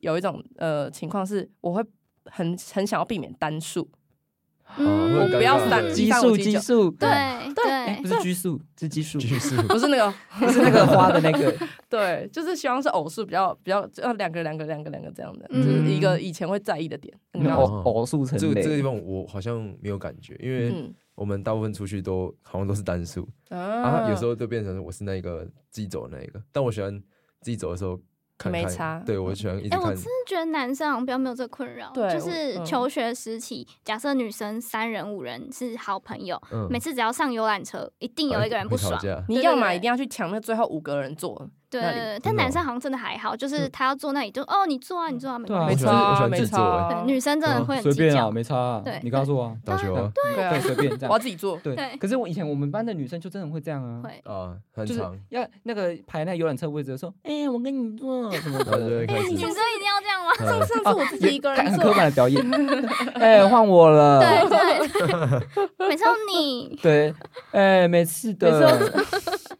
有一种呃情况是，我会很很想要避免单数，嗯我不要三奇奇三数五奇九，数，对哎，对不是奇数，是 奇数，句 数，不是那个， 不是那个花的 那个。对，就是希望是偶数比较比较，要两个两个两个两个这样的，嗯就是一个以前会在意的点。你知那道吗偶偶数成嗯哦这个这个地类，方我好像没有感觉，因为嗯我们大部分出去都好像都是单数嗯嗯啊，有时候都变成我是那个自己走的那一个，但我喜欢自己走的时候看没看，差对我喜欢一直哎我看真，的觉得男生好像比较没有这困扰，对就我是嗯求学时期，假设女生三人五人是好朋友，嗯每次只要上游览车，一定有一个人不会吵爽。架，你对要对嘛对一定要去抢那最后五个人坐，对那对里对，但真的男哦生好像真的还好，就是他要坐那里就哦，你坐啊，你坐啊，没对啊关没系。喜错欢我喜啊，欢没自欸作错啊嗯对，，女生真的会很随计便较啊，。没差啊对。你告诉我啊，打球嗯啊对对，啊，随便这我要样。自己坐。对，对可是我以前我们班的女生就真的会这样啊，会，啊，很就是长，要那个排那游览车位置的时候，哎，我跟你坐什么然后就的 会。开始女生一定要这样吗？上上嗯次我自己一个看人很坐刻，板的表演，哎，换我了。对对对，每次都 你对，哎，每次的，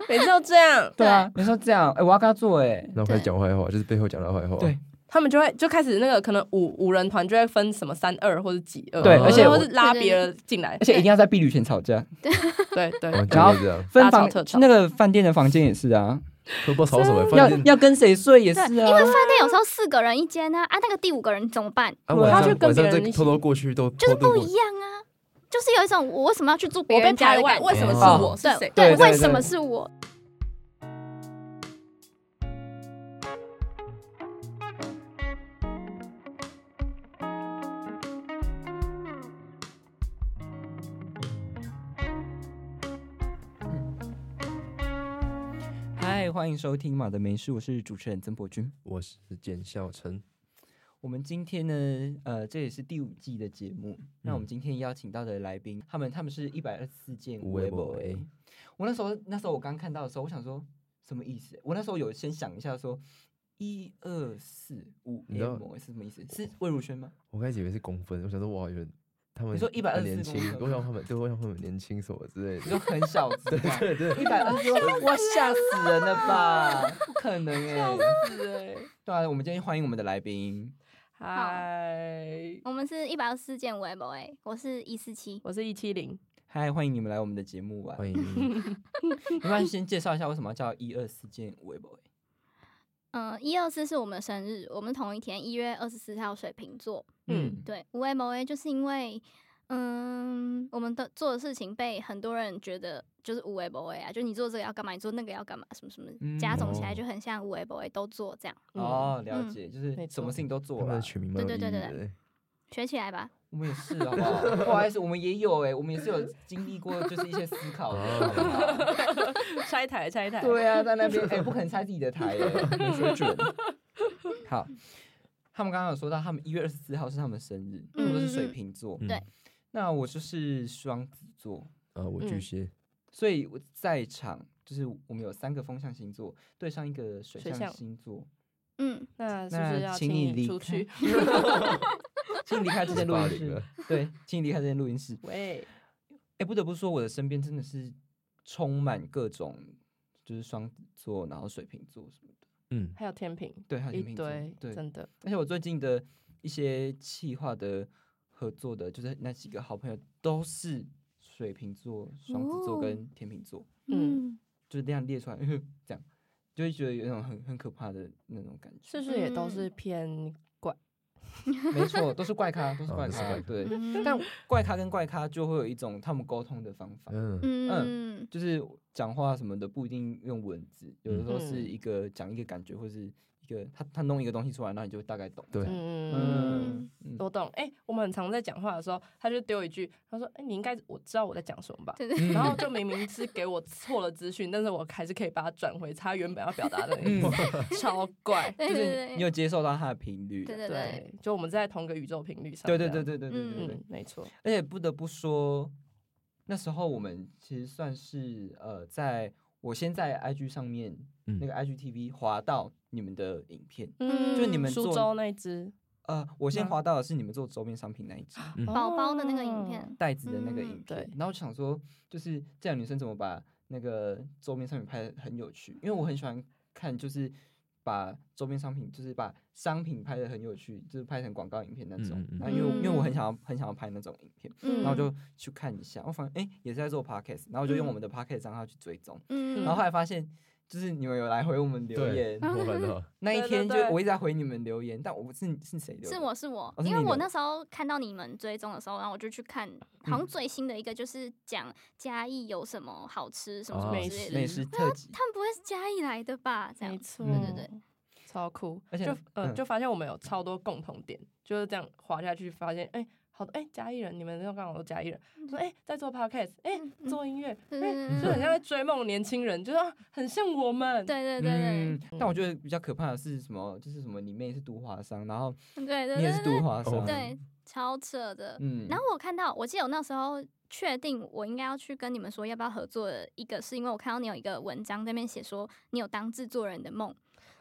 每次都这样，对啊，你说这样，哎，我要跟他做，哎，然后开始讲坏话，就是背后讲他坏话，对他们就会就开始那个可能五五人团就会分什么三二或者几二，对或者而且或我是拉别人进来而，且一定要在避旅前吵架，对对然后然后就会这样，分大吵房特吵那个饭店的房间也是啊，都不知道吵什么，要反正要跟谁睡也是对，啊，因为饭店有时候四个人一间啊，啊，那个第五个人怎么办？啊对晚啊他就上跟晚别上人再一起偷偷过去都就是偷偷不过一去，样啊，就是有一种我为什么要去住别我被人家排的外，感觉？为什么哦是我？是谁？对对，对为什么是我？嗨，欢迎收听《马的没事》，我是主持人曾博君。我是简孝成，我们今天呢，呃，这也是第五季的节目。那我嗯们今天邀请到的来宾，他们他们是一百二十四件有的没的诶。我那时候那时候我刚看到的时候，我想说什么意思？我那时候有先想一下说。一二四五你知道 M 是什么意思？是魏如萱吗？我开始以为是公分，我想说哇，原来他们你说很124年轻公分，我想他们对，我想他们年轻什么之类你的，说很小只 啊，对对一百二十，哇，吓死人了吧？不可能哎、对啊，我们今天欢迎我们的来宾，嗨，我们是一百二十四件微博哎，我是一四七。我是一七零，嗨，欢迎你们来我们的节目啊玩。欢迎，你不然先介绍一下为什么要叫一二四件微博？嗯，一二四是我们的生日，我们同一天，一月二十四号，水瓶座。嗯嗯，对，无 M O A 就是因为，嗯，我们的做的事情被很多人觉得就是无 M O A 啊，就你做这个要干嘛，你做那个要干嘛，什么什么，加总起哦来就很像无 M O A 都做这样，嗯哦，了嗯解，就是没什么错事情都他做们了的。取名蛮对有意对义对对的，学起来吧。我们也是，好不好？不好意思，我们也有哎，我们也是有经历过，就是一些思考的。好不好 拆台拆台， 对啊，在那边哎，不肯拆自己的台哎， 没水准。好，他们刚刚有说到，他们一月二十四号是他们生日，他们都是嗯水嗯嗯瓶座。嗯对那我就是双子座，啊，我巨嗯蟹，所以我在场就是我们有三个风象星座对上一个水水象象星 座，嗯，那是不那是要请请你你离出 去？请你离开这间录霸音凌室了。对，请你离开这间录音室。喂，哎，不得不说，我的身边真的是充满各种，就是双子座，然后水瓶座什么的，嗯，还有天平，对，还有一天秤座，堆，对。真的，而且我最近的一些企划的合作的，就是那几个好朋友都是水瓶座、双子座哦跟天秤座，嗯嗯，就是这样列出来， 这样就会觉得有一种很很可怕的那种感觉。是不是也都是偏？没错，都是怪咖，都是啊怪都是咖，怪咖对。嗯但怪咖跟怪咖就会有一种他们沟通的方法，嗯，嗯，就是讲话什么的不一定用文字，有的时候是嗯一个讲一个感觉，或是一个他他弄一个东西出来，那你就大概懂。对嗯，嗯嗯，嗯，都懂。哎，我们很常在讲话的时候，他就丢一句，他说：“哎，你应该我知道我在讲什么吧？”对对，嗯 然后就明明是给我错了资讯，但是我还是可以把它转回他原本要表达的嗯那个 意思，超怪。对就对是对你有接受到他的频率啊，对对对，对，就我们在同个宇宙频率上。对对对，对对对对嗯对，，没错。而且不得不说，那时候我们其实算是呃，在我先在 IG 上面、嗯那个 IGTV 滑到你们的影片，嗯就你们苏做州那一只呃，我先吗滑到的是你们做周边商品那一集。宝宝的那个影哦片，袋子的那个啊嗯影片，对然后我就想说，就是这样女生怎么把那个周边商品拍的很有趣？因为我很喜欢看，就是把周边商品，就是把商品拍的很有趣，就是拍成广告影片那种嗯嗯嗯。那因为我因为我很嗯想要很想要拍那种影片，嗯然后就去看一下，我发现哎也是在做 podcast，然后我就用嗯我们的 podcast 账号去追踪，嗯然后后来发现就是你们有来回我们留对言，，我看 到，那一对对天就对我一直在回你们留言，但我不是是谁留的？是我是我哦，是因为你我的那时候看到你们追踪的时候，然后我就去看，好嗯像最新的一个就是讲嘉义有什么好吃什么什么哦美之类的。美食特辑，他们不会是嘉义来的吧？这没样，错，对对对，超酷，而且就呃嗯就发现我们有超多共同点，就是这样滑下去发现，哎，好多哎嘉义人，你们都刚好都嘉义人，说哎在做 podcast，哎嗯嗯做音乐，对哎对就很像对在追梦年轻人，就是啊很像我们，对对对嗯，但我觉得比较可怕的是什么？就是什么你妹是读华商，然后对对对嗯你也是对读对华商，哦对，超扯的。嗯，然后我看到，我记得我那时候确定我应该要去跟你们说要不要合作的一个，是因为我看到你有一个文章在那边写说你有当制作人的梦，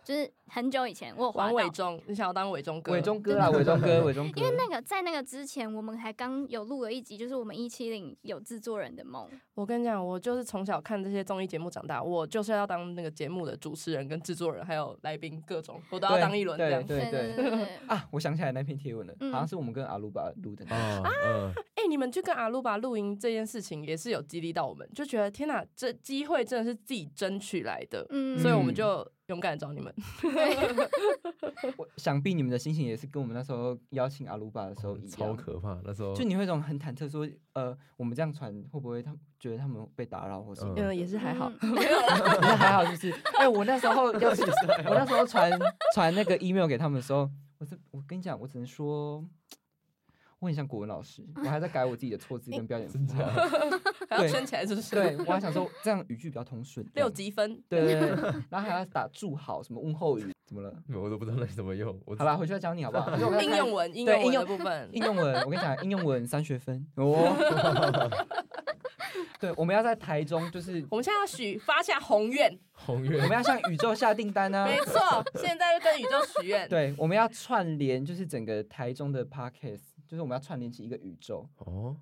就是很久以前我有滑王到伟忠，你想要当伟忠哥？伟忠哥啦，伟忠哥，伟忠哥，因为那个在那个之前，我们还刚有录了一集，就是我们一七零有制作人的梦，我跟你讲，我就是从小看这些综艺节目长大，我就是要当那个节目的主持人、跟制作人，还有来宾各种，我都要对当一轮这对样。对对对对对，啊，我想起来那篇贴文了，嗯好像是我们跟阿鲁巴录的，啊，嗯，哎、你们去跟阿鲁巴录音这件事情也是有激励到我们，就觉得天哪，这机会真的是自己争取来的，嗯，所以我们就勇敢地找你们。我想必你们的心情也是跟我们那时候邀请阿鲁巴的时候一样，嗯超可怕，那时候就你会有一种很忐忑说，呃，我们这样传会不会他们觉得他们被打扰或什么？ 嗯嗯，也是还好，嗯没有啦。 那还好，就是，哎、我那时 候要是，我那时候传传那个 email 给他们的时候，我是我跟你讲，我只能说，我很像国文老师，我还在改我自己的措辞跟标点符 号，还要对圈起来是不是？对我还想说这样语句比较通顺，这六样，积分。对对对，然后还要打祝好什么问候语，怎么了？我都不知道那是怎么用，我好啦，回去再教你好不 好？应用文，应对用文的应用部分， 应用文，我跟你讲，应用文三学分哦。 对，我们要在台中，就是我们现在要许发下宏愿，红我月们要向宇宙下订单呢、啊没错，现在就跟宇宙许愿。嗯 对，我们要串联，就是整个台中的 podcast，就是我们要串联起一个宇宙，哦，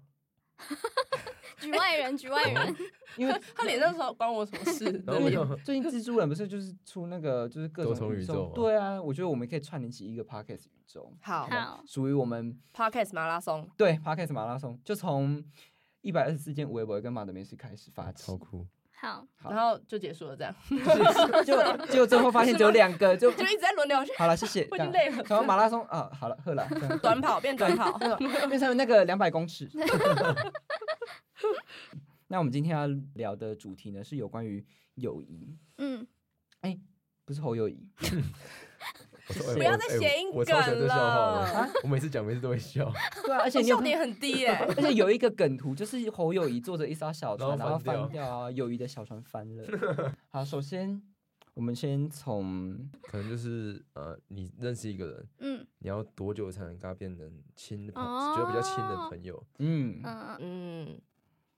局外人，局外人，因为他脸上说关我什么 事？然后我对就最近蜘蛛人不是就是出那个就是各多种重宇宙吗对啊，我觉得我们可以串联起一个 podcast 宇宙，好好，属于我们 Podcast 马拉松，对 podcast 马拉松，就从一百二十四件微博跟马德梅斯开始发起啊超，酷，好，好然后就结束了， 这样就是就结果最后发现只有两个，就就一直在轮流去好了，谢谢，我已经这样累了然后马拉松啊，好了，喝了，这 样短跑变 短跑。 变成那个两百公尺。 那我们今天要聊的主题呢，是有关于友谊，嗯，不是侯友谊。我谢说哎谢不要再我哎谐音我超喜欢梗这笑话了的，我每次讲每次都会笑，对啊，而且你你有笑看，点很低耶、 而且有一个梗图，就是侯友谊坐着一艘小船，然然后后翻翻掉啊，友谊的小船翻 了。好，首先我们先从可能就是呃，你认识一个人，嗯你要多久才能跟他变成亲的朋哦友，觉得比较亲的朋友？嗯嗯，嗯，嗯，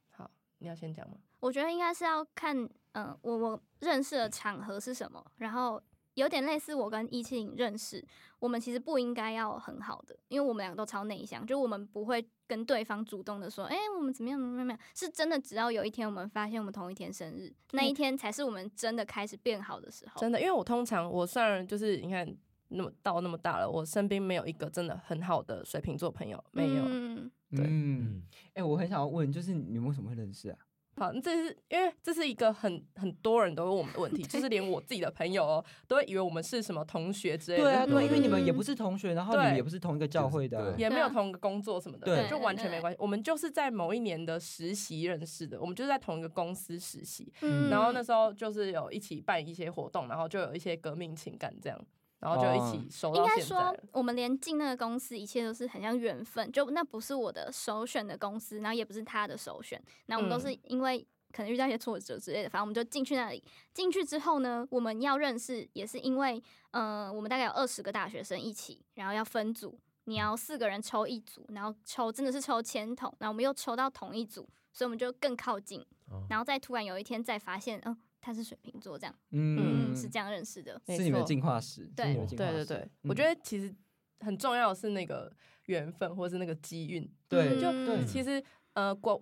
好，你要先讲吗？我觉得应该是要看，嗯，我我认识的场合是什么，然后。有点类似我跟一七零认识，我们其实不应该要很好的，因为我们两个都超内向，就我们不会跟对方主动的说，哎、我们怎么样怎么样怎么样，是真的，只要有一天我们发现我们同一天生日，那一天才是我们真的开始变好的时嗯候。真的，因为我通常我虽然就是你看那么到那么大了，我身边没有一个真的很好的水瓶座朋友，没有。嗯对嗯，嗯，哎，我很想要问，就是你们为什么会认识啊？好，这是因为这是一个很很多人都问我们的问题，就是连我自己的朋友哦，都会以为我们是什么同学之类的，对啊，就对啊，因为你们也嗯不是同学，然后你们对也不是同一个教会的啊，对也没有对啊同一个工作什么的，对啊就完全没对关系。我们就是在某一年的实习认识的，我们就是在同一个公司实习，嗯然后那时候就是有一起办一些活动，然后就有一些革命情感这样，然后就哦一起熟应到该现在了。说，我们连进那个公司，一切都是很像缘分，就那不是我的首选的公司，然后也不是他的首选，那我们都是嗯因为可能遇到一些挫折之类的，反正我们就进去那里。进去之后呢，我们要认识，也是因为，呃，我们大概有二十个大学生一起，然后要分组，你要四个人抽一组，然后抽真的是抽签筒，然后我们又抽到同一组，所以我们就更靠近，哦然后再突然有一天再发现，嗯、他是水瓶座，这样，嗯嗯，是这样认识的，没是你们的错进化史，是对你们的进化对对史对，我嗯觉得其实很重要的是那个缘分或是那个机运，对，就嗯对其实呃国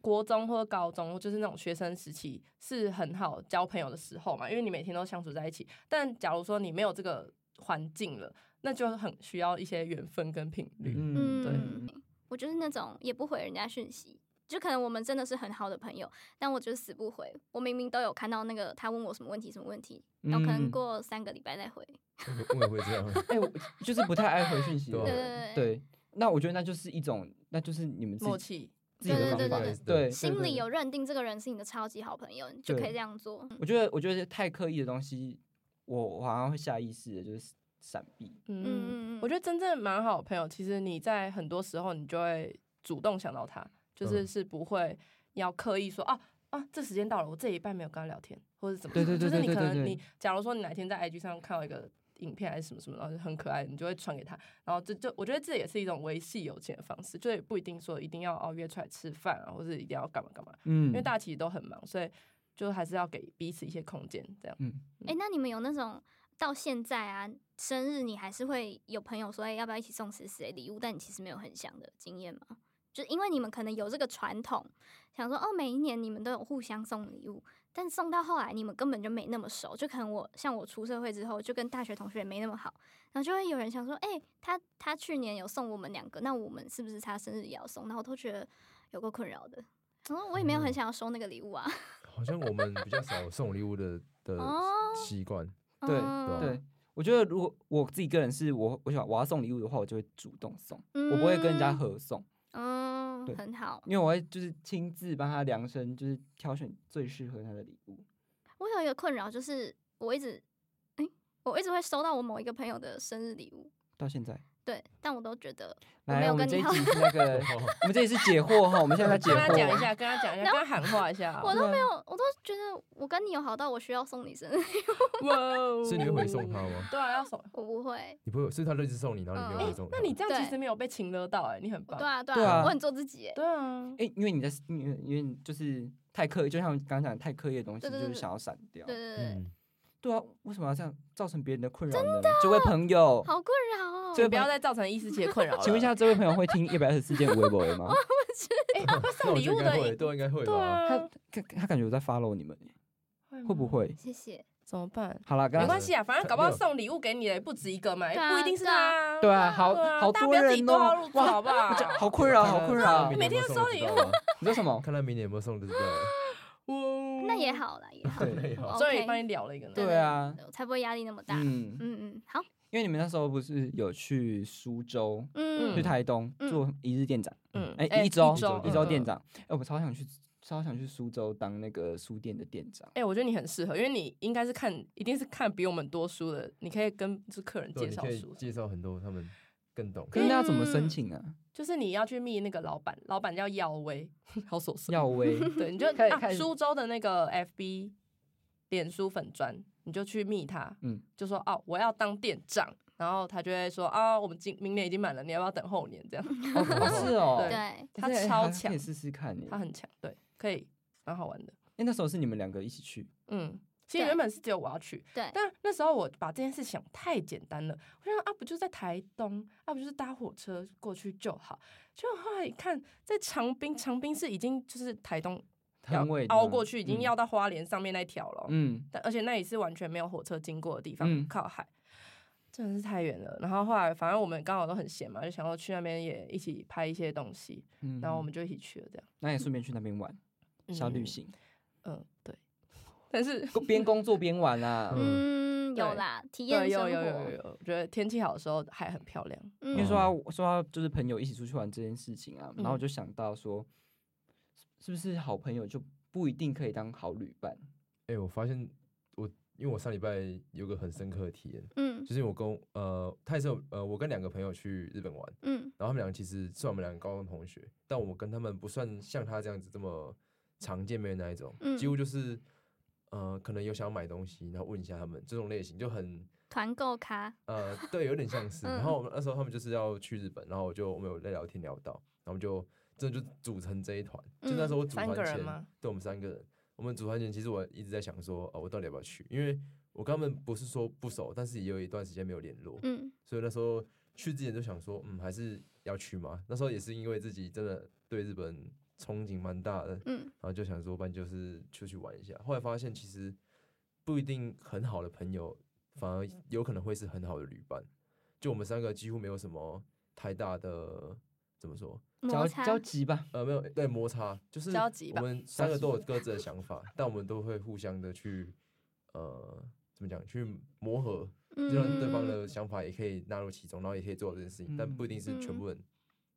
国中或者高中，就是那种学生时期是很好交朋友的时候嘛，因为你每天都相处在一起。但假如说你没有这个环境了，那就很需要一些缘分跟频率。嗯，对，嗯，我就是那种也不回人家讯息，就可能我们真的是很好的朋友，但我就是死不回。我明明都有看到那个他问我什么问题，什么问题，然后可能嗯过三个礼拜再回。我也会这样。 哎、我就是不太爱回讯息的对人，对 对。啊那我觉得那就是一种，那就是你们自默己契，自己的对对方法，对对对对，心对里。有认定这个人是你的超级好朋友，你就对可以这样做。对我觉得，我觉得太刻意的东西，我我好像会下意识的就是闪避。嗯，嗯嗯嗯，我觉得真正蛮好的朋友，其实你在很多时候你就会主动想到他，就是嗯是不会要刻意说啊啊，这时间到了，我这一半没有跟他聊天，或者怎么对样，对对就是对你对可对能对你假如说你哪天在 IG 上看到一个。影片还是什么什么，然后就很可爱，你就会传给他，然后这就我觉得这也是一种维系友情的方式，就也不一定说一定要哦约出来吃饭啊，或者一定要干嘛干嘛，嗯，因为大家其实都很忙，所以就还是要给彼此一些空间，这样。嗯，哎、那你们有那种到现在啊，生日你还是会有朋友说，哎、要不要一起送谁谁礼物？但你其实没有很想的经验吗？就因为你们可能有这个传统，想说哦，每一年你们都有互相送礼物，但送到后来你们根本就没那么熟，就可能我像我出社会之后，就跟大学同学也没那么好，然后就会有人想说，哎、他他去年有送我们两个，那我们是不是他生日也要送？然后我都觉得有够困扰的，然后我也没有很嗯哦想要收那个礼物啊，好像我们比较少送礼物的的哦，习惯，对嗯对，我觉得如果我自己个人是我我想我要送礼物的话，我就会主动送，我不会跟人家嗯合送，嗯，对很好。因为我会就是亲自帮他量身，就是挑选最适合他的礼物。我有一个困扰，就是我一直，哎、我一直会收到我某一个朋友的生日礼物，到现在，对，但我都觉得我没来，有我跟们这你一好集是那 个，哦我们这里是解惑哈，我们现在在解跟惑。他讲一下，跟他讲一下，跟他喊话一下啊。我对都啊没有，我都觉得我跟你有好到我需要送你生日， 哇哦 所以你会回送他吗？对啊，要哦送。我不会。你不会，所以他就一直送你，然后你没有嗯回送他。那你这样其对实没有被情勒到哎、你很棒。对啊，对啊，对啊我很做自己、哎，对啊，哎、因为你在，因为因为你就是太刻意，就像我刚刚讲的太刻意的东西，对对就对是想要闪掉。对对对，嗯，对啊，为什么要这样造成别人的困扰呢？这位朋友，好困扰哦、就这位不朋要友，再造成伊思琪的困扰了。请问一，下，这位朋友会听一百二十四件微博 吗？那送我礼觉得物应该的会，也都应该会对吧。啊，他他他感觉我在 follow 你们耶，会不吗？会？谢谢。怎么办？好啦，刚没刚关系啊，反正搞不好没有送礼物给你的也不止一个嘛，也对啊不一定是对啊他。对啊，好对啊，好大家多不要自己人多哦好入，座，好不好？好困扰，看好他困看扰他。每明年天有收没有送礼就知道物了，你说什么？看他明年有没有送就知道啊了。那也好啦，也好。对好终于 OK 哦帮你聊了一个呢。对啊对，我才不会压力那么大。嗯嗯，嗯，好，因为你们那时候不是有去苏州、嗯去台东嗯做一日店长？嗯，哎、哎一周周一周嗯店。长，哎、我超想去，超想去苏州当那个书店的店长。哎、我觉得你很适合，因为你应该是看，一定是看比我们多书的，你可以跟就是客人对，啊介你绍可以书，介绍很多他们更懂。可是那要怎么嗯申请啊？就是你要去密那个老板，老板叫耀威，好手势。耀威对，你就开啊，开始苏州的那个 FB 脸书粉砖，你就去密他，嗯就说哦，我要当店长，然后他就会说啊、我们今明年已经满了，你要不要等后年这样？ 哦哦是哦，对对，他这超还强可以试试看耶。他很强，对，可以，蛮好玩的。哎，那时候是你们两个一起去，嗯，其啊实对原本是只有我要去，对但那时候我把这件事想太简单了，我想啊，不就在台东，啊，不就是搭火车过去就好。结果后来一看，在长滨，长滨是已经就是台东要摊位凹过去，已经嗯要到花莲上面那条了哦。嗯，但而且那里是完全没有火车经过的地方，嗯靠海，真的是太远了。然后后来反正我们刚好都很闲嘛，就想要去那边也一起拍一些东西，嗯然后我们就一起去了这样。那也顺便去那边玩，小旅行，嗯，嗯， 对。但是工边工作边玩啊。嗯，有对啦，体验对，生有活。有有有有，我觉得天气好的时候海很漂亮。因为嗯说到我说到就是朋友一起出去玩这件事情啊，然后我嗯就想到说，是不是好朋友就不一定可以当好旅伴？哎，我发现我，因为我上礼拜有个很深刻的体验，嗯就是我跟呃，他也是有呃，我跟两个朋友去日本玩，嗯然后他们两个其实算我们两个高中同学，但我跟他们不算像他这样子这么常见面的那一种，嗯几乎就是呃，可能有想要买东西，然后问一下他们这种类型，就很团购咖，呃，对，有点像 是。嗯然后我们那时候他们就是要去日本，然后我就我们有在聊天聊到，然后我们就真的就组成这一团。就那时候我组嗯三团个人前吗，对，我们三个人，我们组团前其实我一直在想说，哦，我到底要不要去？因为我跟他们不是说不熟，但是也有一段时间没有联络，嗯所以那时候去之前就想说，嗯，还是要去嘛。那时候也是因为自己真的对日本憧憬蛮大的，然嗯后就想说，不然就是出去玩一下。后来发现其实不一定很好的朋友反而有可能会是很好的旅伴。就我们三个几乎没有什么太大的怎么说，交摩擦交集吧，呃，没有对摩擦，就是交集我吧们三个都有各自的想法，但我们都会互相的去呃怎么讲，去磨合，就嗯让对方的想法也可以纳入其中，然后也可以做这件事情，但嗯不一定是全部人。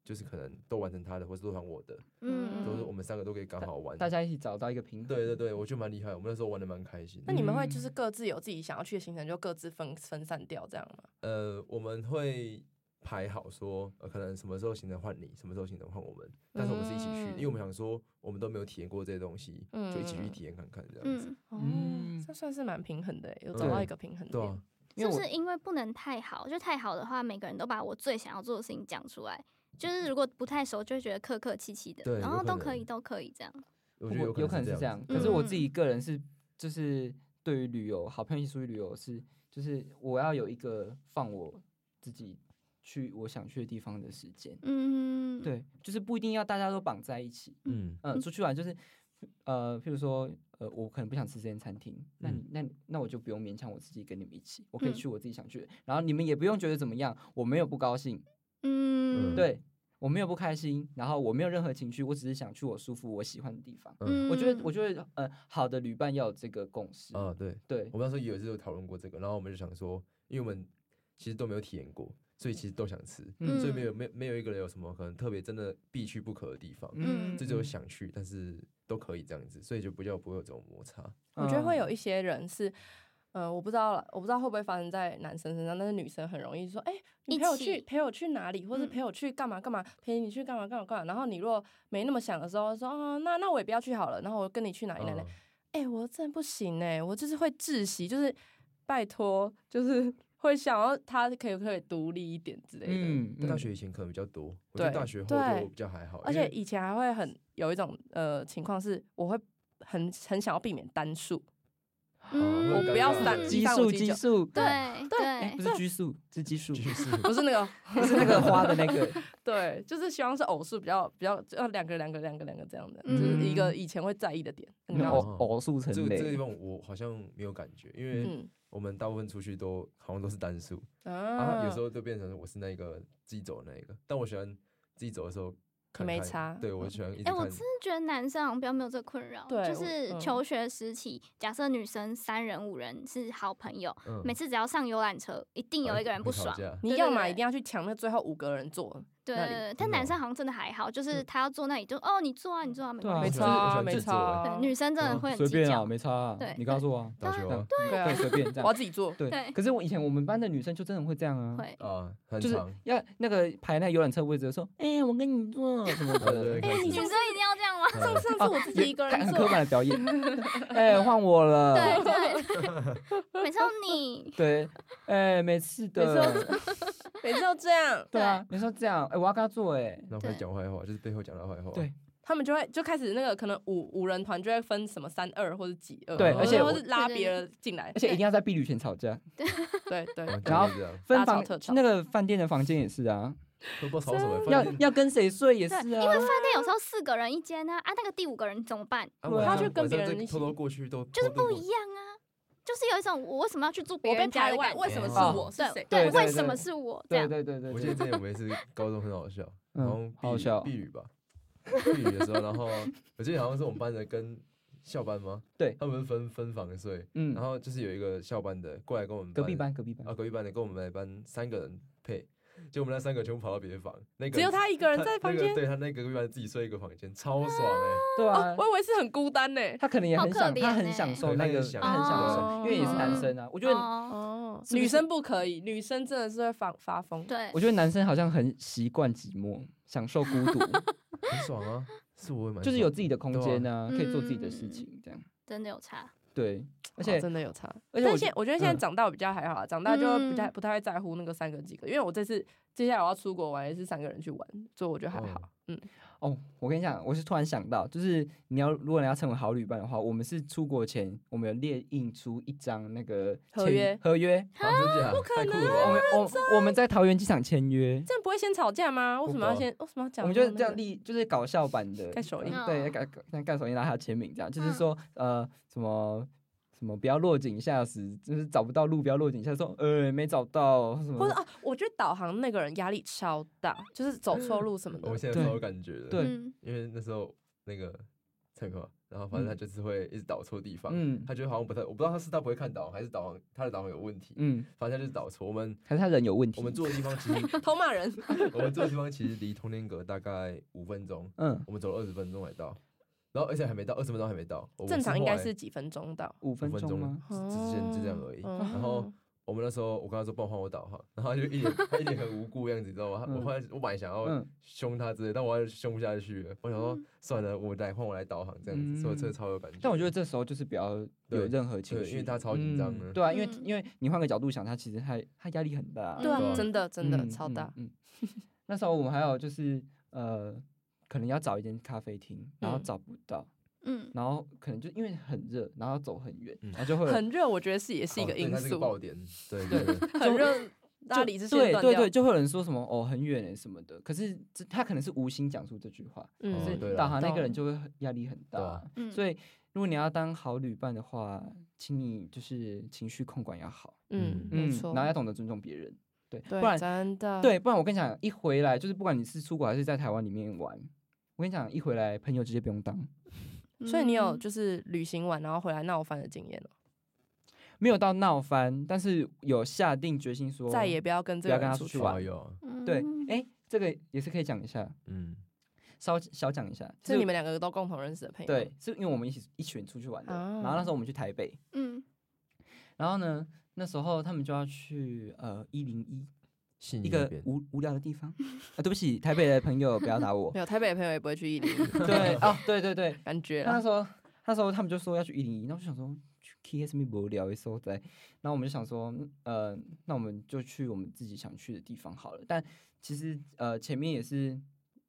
就是可能都完成他的，或是都完成我的，嗯，都是嗯我们三个都可以刚好玩。大家一起找到一个平衡。对对对，我觉得蛮厉害，我们那时候玩的蛮开心的那。你们会嗯就是各自有自己想要去的行程，就各自分分散掉这样吗？呃，我们会排好说，呃，可能什么时候行程换你，什么时候行程换我们，但是我们是一起去，因为我嗯们想说我们都没有体验过这些东西，就一起去嗯体验看看这样子。嗯，哦嗯，这算是蛮平衡的耶，欸有找到一个平衡对点啊。，因是为不我是因为不能太好？就太好的话，每个人都把我最想要做的事情讲出来。就是如果不太熟，就会觉得客客气气的，对然有后可都能可以，都可以这样。我觉得有可能能是这这样样子。，可是对我自己个人是，就是对于旅游，好朋友一起出去旅游是，就是我要有一个放我自己去我想去的地方的时间。嗯，，对，就是不一定要大家都绑在一起。嗯嗯、嗯出去玩就是，呃，譬如说，呃，我可能不想吃这间餐厅，那嗯你那那我就不用勉强我自己跟你们一起，我可以嗯去我自己想去的，然后你们也不用觉得怎么样，我没有不高兴，嗯，对我没有不开心，然后我没有任何情绪，我只是想去我舒服我喜欢的地方。嗯，我觉得，我觉得，呃，好的旅伴要有这个共识。啊，对，对我，们那时候也有一次有讨论过这个，然后我们就想说，因为我们其实都没有体验过，所以其实都想吃，嗯所以没有没有没有一个人有什么可能特别真的必去不可的地方，嗯这就是想去，但是都可以这样子，所以就比较不会有这种摩擦。我觉得会嗯有一些人是。呃，我不知道了，我不知道会不会发生在男生身上，但是女生很容易说，哎、你一陪我起去陪我去哪里，或是嗯陪我去干嘛干嘛，陪你去干嘛干嘛干嘛。然后你若没那么想的时候，说，哦，那那我也不要去好了，然后我跟你去哪里哪里。嗯哎、我真的不行哎、我就是会窒息，就是拜托，就是会想要他可以可以独立一点之类的。嗯，嗯大学以前可能比较多，我觉得对大学后对就比较还好，而因为且以前还会很有一种呃情况是，我会很很想要避免单数，嗯，我不要嗯三激三五素，七激九，素，对哎，对不，是激素，是 激素，就是不是那个，不是那个花的那个。 对，就是希望是偶数比较比较，呃，两个两个两个两个这样的，嗯就是一个以前会在意的点。你知道偶吗？哦偶数成这个这个地类，方我好像没有感觉，因为嗯我们大部分出去都好像都是单数，啊，啊有时候就变成我是那个自己走的那一个，但我喜欢自己走的时候看没看差嗯对我喜欢一直哎，我看真的觉得男生好像比较没有这个困扰，对就我是嗯求学时期，假设女生三人五人是好朋友，嗯啊哎每次只要上游览车，一定有一个人不会吵爽，架你对要对嘛对一定要去抢那最后五个人坐，对那对里对，真但的男哦生好像真的还好，就是嗯他要坐那里就哦，你坐啊，你坐啊，没对啊关没系错啊，我喜欢没自错坐欸啊对，，女生真的嗯会很随计便较啊，，没差啊对。你告诉我啊，打球啊对对，啊，随便这我要样。自己坐。对，对可是我以前我们班的女生就真的会这样啊，会啊，很就是长，要那个排那游览车位置的时候，哎，我跟你坐什么对对 的哎对，开哎女始生一定要这 样吗？哎上上次我自己一个看人很坐刻，板的表演，哎，换我了，对对， 对每次都你对，哎，每次每次都的，每次都这样，对啊，你说这样，哎，我要跟他做，哎，然后开对始讲坏话，就是背后讲他坏话，对他们就会就开始那个可能五五人团就会分什么三二或者几二，对或者而且或我是拉对对别人进来而，且一定要在避旅前吵架，对对对啊，就是这样，然后分大吵房特吵那个饭店的房间也是啊，都不知道吵什嗯么，要反正要跟谁睡也是啊，对因为饭店有时候四个人一间呢，啊，那个第五个人怎么办？啊对啊晚上他就跟晚上别人就一起偷偷过去都就是哦偷渡不过一样啊，就是有一种我为什么要去住别我被人家排的外，感觉？为什么哦是我是谁？对，对对为什么是我这对样？对对对，我记得对之前我们也是高中很好笑，嗯然后好好避雨笑避雨吧，避雨的时候，然 后我记得好像是我们班的跟校班吗？对他们分分房睡，嗯然，后就是有一个校班的过来跟我们隔壁班隔壁班啊，隔壁班的跟我们班三个人配，就我们那三个全部跑到别的房，那个只有他一个人他在那房个间，对他那个隔壁班自己睡一个房间，超爽 哎，对哦啊，，我以为是很孤单呢。他可能也很好享，可怜他很欸享受对那个，他也想他很享哦受，因为也是男生啊。我觉得，哦，哦，是不是女生不可以，女生真的是会发发疯。对我，觉得男生好像很习惯寂寞，享受孤 独，很爽啊，是我也蛮就是有自己的空对啊间啊，可以做自己的嗯事情，这样真的有差。对。而哦且真的有差，而但且我现觉我觉得现在嗯长大比较还好啦，啊长大就不太嗯不太会在乎那个三个几个，因为我这次接下来我要出国玩也是三个人去玩，所以我觉得还好。嗯，哦，我跟你讲，我是突然想到，就是你要如果你要成为好旅伴的话，我们是出国前我们有列印出一张那个合签约合约，啊，真假？不可可能啊我们我我们在桃园机场签约，这样不会先吵架吗？为什么要不会先为什么要讲我到那个？们就是这样立，就是搞笑版的盖手印哦嗯对，盖盖盖手印，然后还有签名这样，就是嗯说呃什么什么不要落井下石，就是找不到路不要落井下石，说呃没找到什么，或者啊，我觉得导航那个人压力超大，就是走错路什么的嗯我。现在对超有感觉的，对嗯因为那时候那个蔡康，然后反正他就是会一直导错地方，嗯他觉得好像不太，我不知道他是他不会看导航，还是导航他的导航有问题，嗯，反正他就是导错。我们 还是他人有问题。我们住的地方 其实偷骂人，我们住的地方其实离通天阁大概五分钟，嗯我们走了二十分钟才到，然后而且还没到二十分钟还没到，我 们正常应该后来是几分钟到。五分五分钟钟吗？哦之之间就这样而已。嗯然后我们那时候我跟他说帮我换我导航， 然后他就 一脸他一脸很无辜的样子，你知道吗？他我嗯后来我本来想要嗯凶他之类，但我还是凶不下去了。我想说嗯算了，我来换我来导航这样嗯子，所以我真的超有感觉。但我觉得这时候就是不要有对任何情对绪，因为他超紧张嗯的对啊，因为嗯因为你换个角度想，他其实他他压力很大。对啊，嗯真的真的嗯超大。。嗯，嗯那时候我们还有就是呃，可能要找一间咖啡厅，然后嗯找不到，嗯，然后可能就因为很热，然后要走很远，嗯然后就会有很热，我觉得是也是一哦个对因他是素。爆点，对对对，很热，大家就理智线对断对掉对，。就会有人说什么哦很远欸什么的，可是这他可能是无心讲出这句话，可嗯哦是对啦导航那个懂人就会很压力很对大啊，嗯所以如果你要当好旅伴的话，请你就是情绪控管要好，嗯，嗯没，错。然后要懂得尊重别人，对，对，不然真的，对，不然我跟你讲，一回来就是不管你是出国还是在台湾里面玩，我跟你讲，一回来朋友直接不用当，所以你有嗯就是旅行完然后回来闹翻的经验了，没有到闹翻，但是有下定决心说再也不要跟这不个要跟人他出出去去玩哎呦，对嗯，哎、这个也是可以讲一下，嗯，稍小讲一下，就是你们两个都共同认识的朋友。对，，是因为我们一起一群出去玩的，然后那啊时候我们去台北，嗯然后呢，那时候他们就要去呃一零一信一义那个边无无聊的地方 啊，对不起，台北的朋友不要打 我没，有台北的朋友也不会去伊犁， 对哦，对对对，感觉那啦。时候那时候他们就说要去一零一，那我就想说去 KSM 无聊的所在，然后我们就想说，嗯呃，那我们就去我们自己想去的地方好了。但其实呃前面也是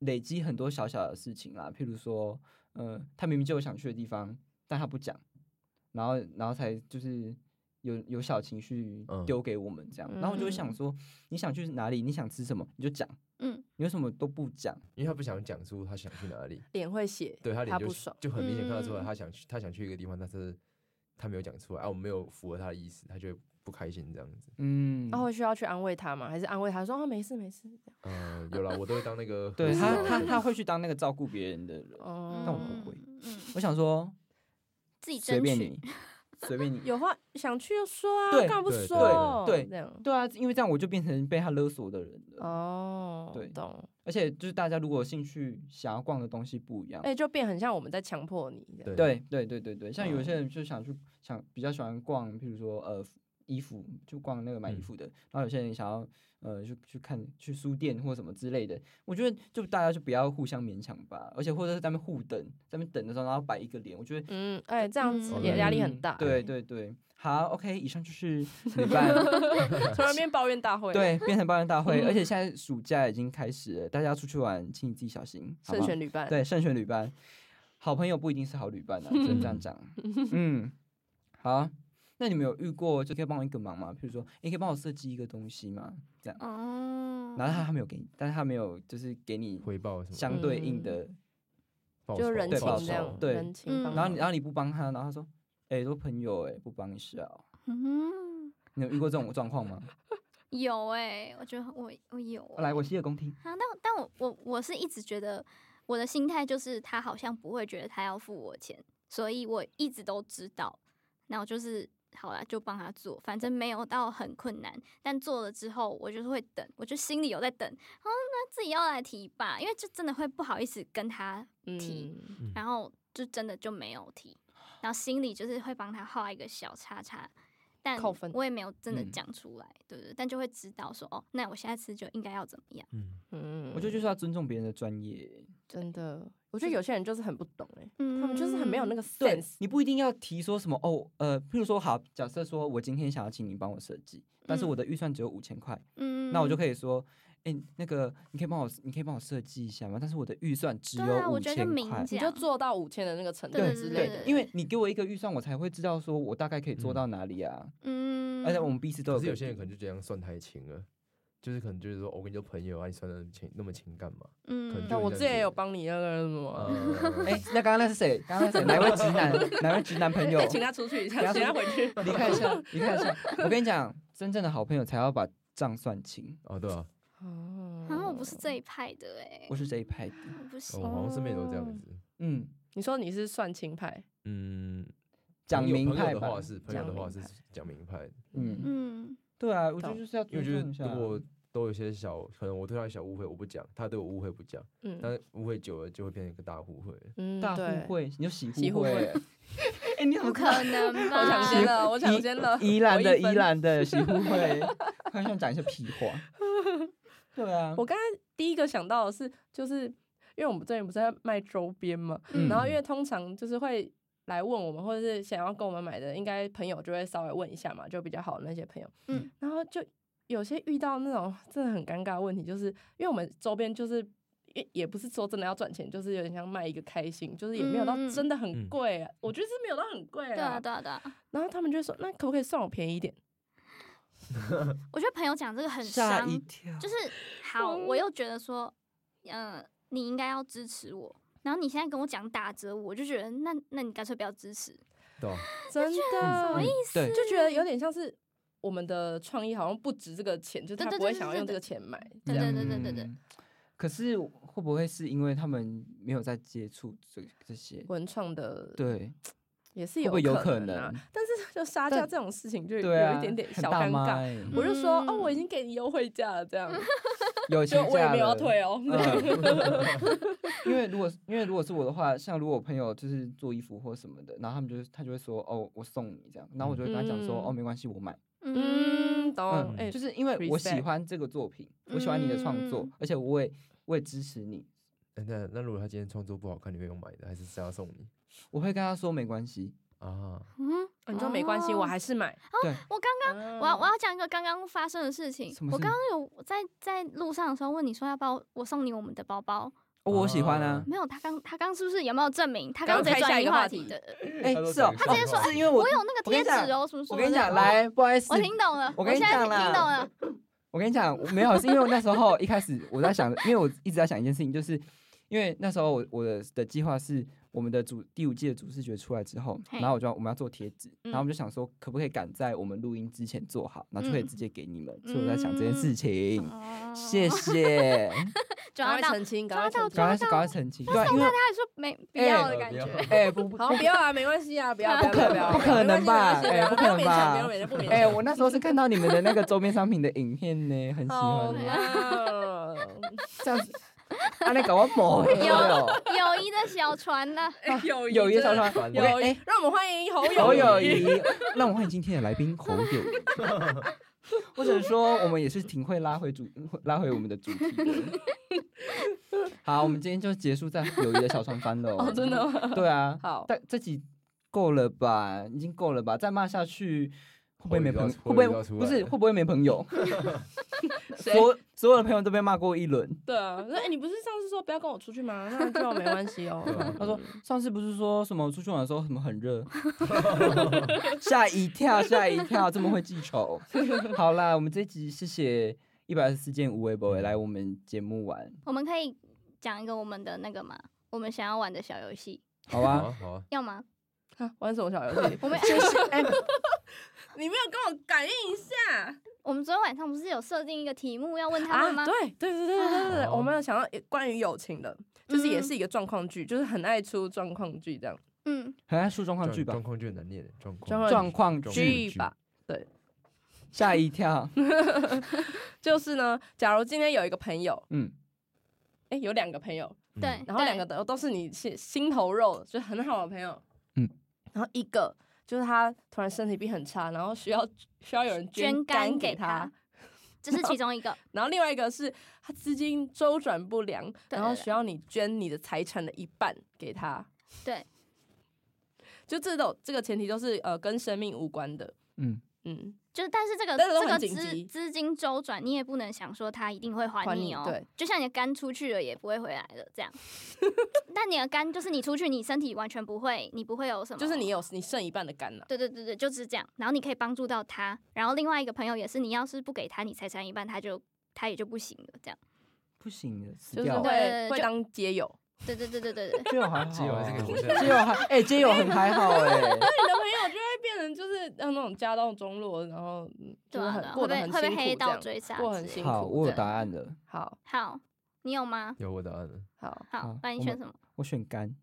累积很多小小的事情啦，譬如说，呃，他明明就有想去的地方，但他不讲，然后然后才就是。有有小情绪嗯丢给我们这样，然后我就会想嗯说，你想去哪里，你想吃什么，你就讲，嗯你为什么都不讲？因为他不想讲出他想去哪里，嗯脸会写，对他脸不就爽。就很明显看得出来嗯他想去他想去一个地方，但是他没有讲出来啊，我没有符合他的意思，他就会不开心这样子。嗯，然后需要去安慰他吗？还是安慰他说啊没事没事？嗯，有了，我都会当那个啊对和事他佬他他会去当那个照顾别人的人，哦，但我不会嗯嗯我想说，自己随争便取，你，随便你。 有话想去就说啊，对干嘛不对说？对对这样。对啊，因为这样我就变成被他勒索的人了。哦，对懂。而且就是大家如果兴趣想要逛的东西不一样，哎，就变很像我们在强迫你这样。对对对对对对，像有哦些人就想去想比较喜欢逛，譬如说呃衣服，就逛那个买衣嗯服的，然后有些人想要呃去去看去书店或什么之类的。我觉得就大家就不要互相勉强吧，而且或者是在那边互等，在那边等的时候然后摆一个脸，我觉得嗯，哎，这样子嗯也压力很嗯大。对，对对，好，OK，以上 就是旅伴。突然变抱怨大会。，对，变成抱怨大会， 而且现在暑假已经开始了，大家出去玩，请你自己小心，好慎吗选旅伴。对慎选旅伴，好朋友不一定是好旅伴啊，只能这 样讲。嗯，好，那你们有遇过就可以帮我一个忙吗？比如说，你可以帮我设计一个东西吗？这样，哦，然后他还没有给你，但是他没有就是给你回报什么相对应的，报就酬人对情报这酬样，对人情帮忙。嗯然后你然后你不帮他，然后他说，哎、都朋友哎、不帮一下哦、嗯，你有遇过这种状况 吗？有哎，我觉得我我有欸，来，我洗耳恭听。啊，但但我我我是一直觉得我的心态就是他好像不会觉得他要付我钱，所以我一直都知道，那我就是好啦，就帮他做，反正没有到很困难，但做了之后我就是会等，我就心里有在等，哦，那自己要来提吧，因为就真的会不好意思跟他提，嗯，然后就真的就没有提，然后心里就是会帮他画一个小叉叉。但扣分我也没有真的嗯讲出来，对不对？但就会知道说，哦，那我下次就应该要怎么样。嗯，嗯我觉得就是要尊重别人的专业，真的，我觉得有些人就是很不懂哎、嗯他们就是很没有那个，个对 sense，你不一定要提说什么哦，呃，譬如说好，假设说我今天想要请你帮我设计，但是我的预算只有五千块，嗯那我就以。可以说，哎、那个你可以帮我，你可以帮我设计一下吗？但是我的预算只对有啊五我觉得千就明块。讲你就做到五千的那个程度对之类对的，，因为你给我一个预算，我才会知道说我大概可以做嗯到哪里啊。嗯，而且我们彼此可都有是个有些人可能就这样算太轻了，就是可能就是说，我跟你做朋友啊，你算的情那么情感嘛？可能嗯就那我之前也有帮你那个什么，呃哎、那刚刚那是谁？刚刚那是谁？哪位直男？哪位直男朋友可以？ 请他出去一下，请他回去。离开一下，离开一下。我跟你讲，真正的好朋友才要把账算清。哦，对啊，哦啊，我不是这一派的哎、我是哦这一派的，我不行我。好像身边也都这样子。嗯，你说你是算清派，嗯，讲朋友明朋派友的吧话。是朋友的话是讲明讲明派的，嗯，嗯，对啊，我觉得就是要因为尊我觉得重一下。啊如果都有一些小，可能我对他有小误会，我不讲；他对我误会不讲，嗯但误会久了就会变成一个大误会。嗯，呃大对互，惠，你就喜喜互惠惠欸。 哎，你怎不么可 能我抢吧？先了，我抢先了。宜兰我的一宜分 兰的喜互惠，好想讲一些屁话。对啊，我刚刚第一个想到的是，就是因为我们最近不是在卖周边嘛，嗯然后因为通常就是会来问我们，或者是想要跟我们买的，应该朋友就会稍微问一下嘛，就比较好的那些朋友。嗯，然后就有些遇到那种真的很尴尬的问题，就是因为我们周边就是。也也不是说真的要赚钱，就是有点像卖一个开心，就是也没有到嗯嗯真的很嗯贵、啊，我觉得是没有到很贵、对啊，对啊，对啊。然后他们就说，那可不可以算我便宜一点？我觉得朋友讲这个很吓伤一，跳。 就是好，我又觉得说，嗯、你应该要支持我。然后你现在跟我讲打折，我就觉得那那你干脆不要支持。对啊，真嗯的嗯，对，就觉得有点像是我们的创意好像不值这个钱，就是他对对不会对想要对用这对个钱买。这对对样对对对对，嗯可是会不会是因为他们没有在接触这这些？文创的对也是会不会有可可能啊能，但是就杀价但这种事情就有对啊，一点点很小大尴妈尬。欸我就说哦，嗯我已经给你优惠价了，这 样有就钱我也价没有要了退哦。嗯因为如果因为如果是我的话，像如果我朋友就是做衣服或什么的，然后他们就是他就会说哦，我送你这样，然后我就会跟他讲说、嗯哦，没关系，我买， 嗯，嗯，懂嗯。哎，就是因为我喜 respect 欢这个作品，我喜欢你的创作，嗯而且我也我也支持你，哎那那如果他今天创作不好看，你会用买的，还是只要送你我会跟他说没关系，啊？嗯，哦你说没关系，哦我还是买。嗯对，我 刚我我要我要讲一个刚刚发生的事情什。么我事刚刚有在在路上的时候问你说要不要我送你我们的包包，哦我喜欢啊，没有？他刚他刚是不是有没有证明？他刚刚直开接下转一移个话话题题 的。哎、他都是哦，直接转移话是因为我我有那个我跟贴你纸讲哦，什么什我么跟你的讲，，来，不好意思我，听懂了，我跟你现在讲听啦懂了。我跟你讲，我没有，是因为我那时候一开始我在想，因为我一直在想一件事情，就是因为那时候我我的的计划是我们的主第五季的主视觉出来之后，嘿然后我就要我们要做贴纸，嗯然后我们就想说可不可以赶在我们录音之前做好，然后就可以嗯直接给你们，所以我在想这件事情。 哦谢，谢，赶抓快到，澄清，赶快抓到澄清。赶快赶快澄清，对啊， 因为他还说没不要哎的感觉， 哎、不不好，不要啊，没关系啊，不要，不不要可不要，不可能吧没关系没关系哎不可能吧不要勉强，不要勉强，不哎、勉强。我那时候是看到你们的那个周边商品的影片呢，很喜好哦欢啦，耶，这样子，啊，你搞我抹黑哦，友谊的小船呢？ 哎友谊友谊真小的船，我友跟哎谊，。让我们欢迎侯 侯友友 谊，让我们欢迎今天的来宾侯友 谊。或者说，我们也是挺会拉回主， 拉回我们的主 题的。好，我们今天就结束在友谊的小船帆了、 哦，真的吗？对啊，好但这集够了吧？已经够了吧？再骂下去会不会没朋友？会侯不友谊会要出来不了是会不会没 朋友？谁所？有所有的朋友都被骂过一轮。对啊，那哎，你不是上次说不要跟我出去吗？那就没关系哦对啊。他说上次不是说什么出去玩的时候什么 很热，吓一跳，吓一跳，这么会记 仇。好啦，我们这一集谢谢一百二十四件无微博嗯来我们节目玩，我们可以讲一个我们的那个嘛，我们想要玩的小游戏，好好吧？啊好啊，要吗？啊玩什么小游戏？我们 谢谢，哎、你没有跟我感应一下我们昨天晚上不是有设定一个题目要问他啊们？吗？对对对对对对对，哦我们有想到关于友情的，就是也是一个状况剧，就是很爱出状况剧这样。嗯，很爱说啊状况剧吧状？况就很难念，状状况况状况状剧，剧吧，吓一跳。就是呢，假如今天有一个朋友，嗯，哎，有两个朋友，嗯对，然后两对个都都是你心心头肉，就很好的朋友。嗯，然后一个就是他突然身体病很差，然后需要需要有人捐肝肝给他他，这是其中一个，然后另外一个是他资金周转不良，对然后对需要你捐你的财产的一半给他。对， 就这种这个前提都是呃跟生命无关的。嗯，嗯，就是但是这个但是都这个很紧急资资金周转，你也不能想说他一定会还还你哦。对，就像你的肝出去了也不会回来了 这样。但你的肝就是你出去，你身体完全不会，你不会有什么，就是你有你剩一半的肝了、对对对对，就是这样。然后你可以帮助到他，然后另外一个朋友也是，你要是不给他，你财产一半，他就他也就不行了，这样。不行的，死就是掉了。对会会就当街友。 对对对对 对对，基友还好啊，基友还是可以活下来基友还哎，基友很还好哎，你的朋友就会变成就是像那种家道中落，然后嗯就对是啊很、对啊，过会得被很会辛苦被黑这道样。追杀之类的，过得 很辛苦好，我有对答案了，好好，你有吗？有我答案了，好，好好，那你我选们什么？我选干，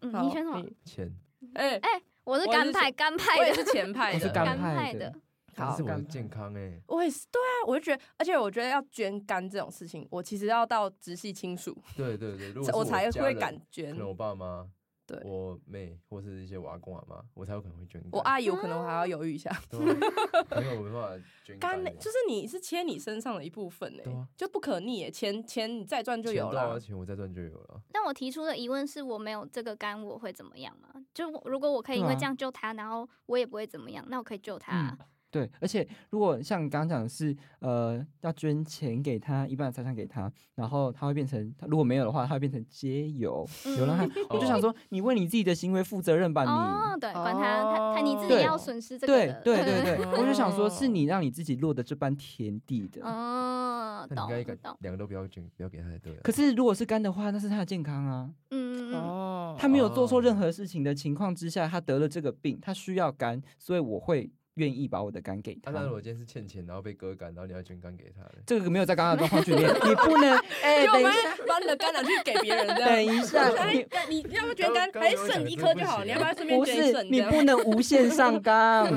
嗯，好你选什么？你钱，哎、我是我干是派，选干我派也的，是前派我的，是干干派派的的，这好是我的干健康哎、我也是，对啊，我就觉得，而且我觉得要捐肝这种事情，我其实要到直系亲属，对对对，如果 是我才家会人敢可捐。能我爸妈、对，我妹或是一些我阿公阿妈，我才有可能会捐肝。我啊阿姨我可能我还要犹豫一下。对啊，因为我没办法 捐肝肝呢欸，就是你是切你身上的一部分呢、对啊就不可逆、欸，钱钱你再赚就钱有到了了，。钱我再赚就有了。但我提出的疑问是我没有这个肝，我会怎么样吗？就我如果我可以对因为啊嗯这样救他，然后我也不会怎么样，那我可以救他啊。对，而且如果像你刚刚讲的是，呃，要捐钱给他，一半的财产给他，然后他会变成，他如果没有的话，他会变成街友、流浪汉。我就想说，你为你自己的行为负责任吧，嗯哦你。，哦对，管他，他他你自己对要损失这个对的。对对对，我就想说，是哦你让你自己落得这般田地的。哦，那你应该懂敢懂，两个都不要捐，不要给他才对啊。可是如果是肝的话，那是他的健康啊。嗯嗯嗯，哦他没有做错哦任何事情的情况之下，他得了这个病，他需要肝，所以我会愿意把我的肝给啊他。那嗯如果今天是欠钱，然后被割肝，然后你要捐肝给他嘞？这个没有在刚刚的状况剧里面，你 不能哎、就等一把下，把你的肝拿去给别人，这样。等一下，哎你你你要不要捐肝？刚刚还是有讲肾哎的一这颗不就好？行你要不要顺便不捐一是肾？这你样不能无 限上纲，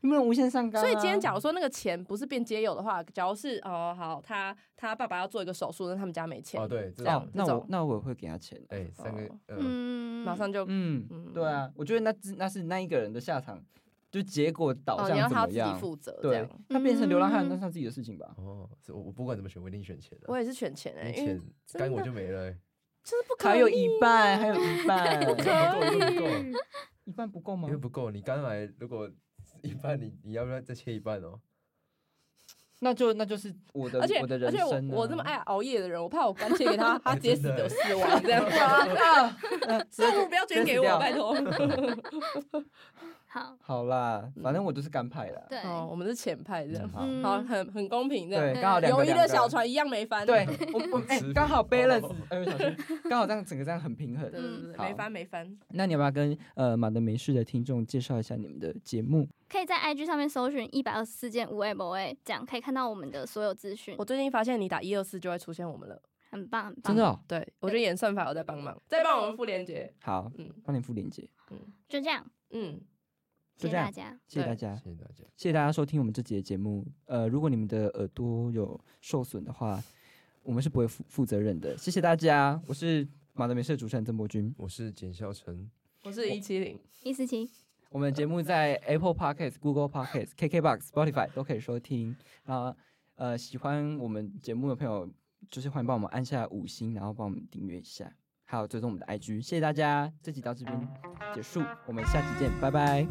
你不能无限上纲啊、所以今天假如说那个钱不是变街友的话，假如是哦好，他他爸爸要做一个手术，那他们家没钱，哦，对，这这样种那这我种那我会给他钱。哎，三个哦嗯，嗯，马上就嗯，嗯对啊，我觉得那只那是那一个人的下场，就结果导哦，你向让怎他么自己样？负责这对样。，他变成流浪汉，嗯那是他自己的事情吧。哦，是我我不管怎么选，我一定选钱的。我也是选钱哎、你因为钱真肝我的就没了欸，就是不可啊还有逆一半，还有 一半，不够，一定不够。一半不够吗因为？不够，你刚来如果一半你，你要不要再切一半哦？那就那就是我的而且我的人而且生啊我我这么爱熬夜的人，我怕我干切给他，他直接死真的得死亡这 样。 啊，师 傅不要捐 给我，拜托。 好，好啦，反嗯正我就是干派啦。对，哦，我们是浅派这样嗯，，好嗯好，很很公平这对，样。刚好两友个谊两的个小船一样没翻。 对，我我哎吃，刚好不 balance， 饱哎，小心，刚好这样整个这样很平 衡对。对对，对嗯好没翻没翻。那你要不要跟呃马德梅市的听众介绍一下你们的节目？可以在 IG 上面搜寻一百二十四件无 A 不 A，这样可以看到我们的所有资讯我，最近发现你打一二四就会出现我们了。很棒很棒真。的哦，对，我觉得演算法有在帮忙，哎在帮我们附链接。好，嗯帮你附链接，就这样，嗯，谢就谢这样大家。谢谢对大家，谢谢大家，谢谢大家收听我们这集的节目。呃，如果你们的耳朵有受损的话，我们是不会负负责任的。谢谢大家，我是马德梅市的主持人曾博君。我是简孝成，我是一七零，一思琪，我们的节目在 Apple Podcast、Google Podcast、KKBox、Spotify 都可以收听。啊，呃，喜欢我们节目的朋友，就是欢迎帮我们按下五星，然后帮我们订阅一下，还有追踪我们的 IG。谢谢大家，这集到这边结束，我们下期见，拜拜。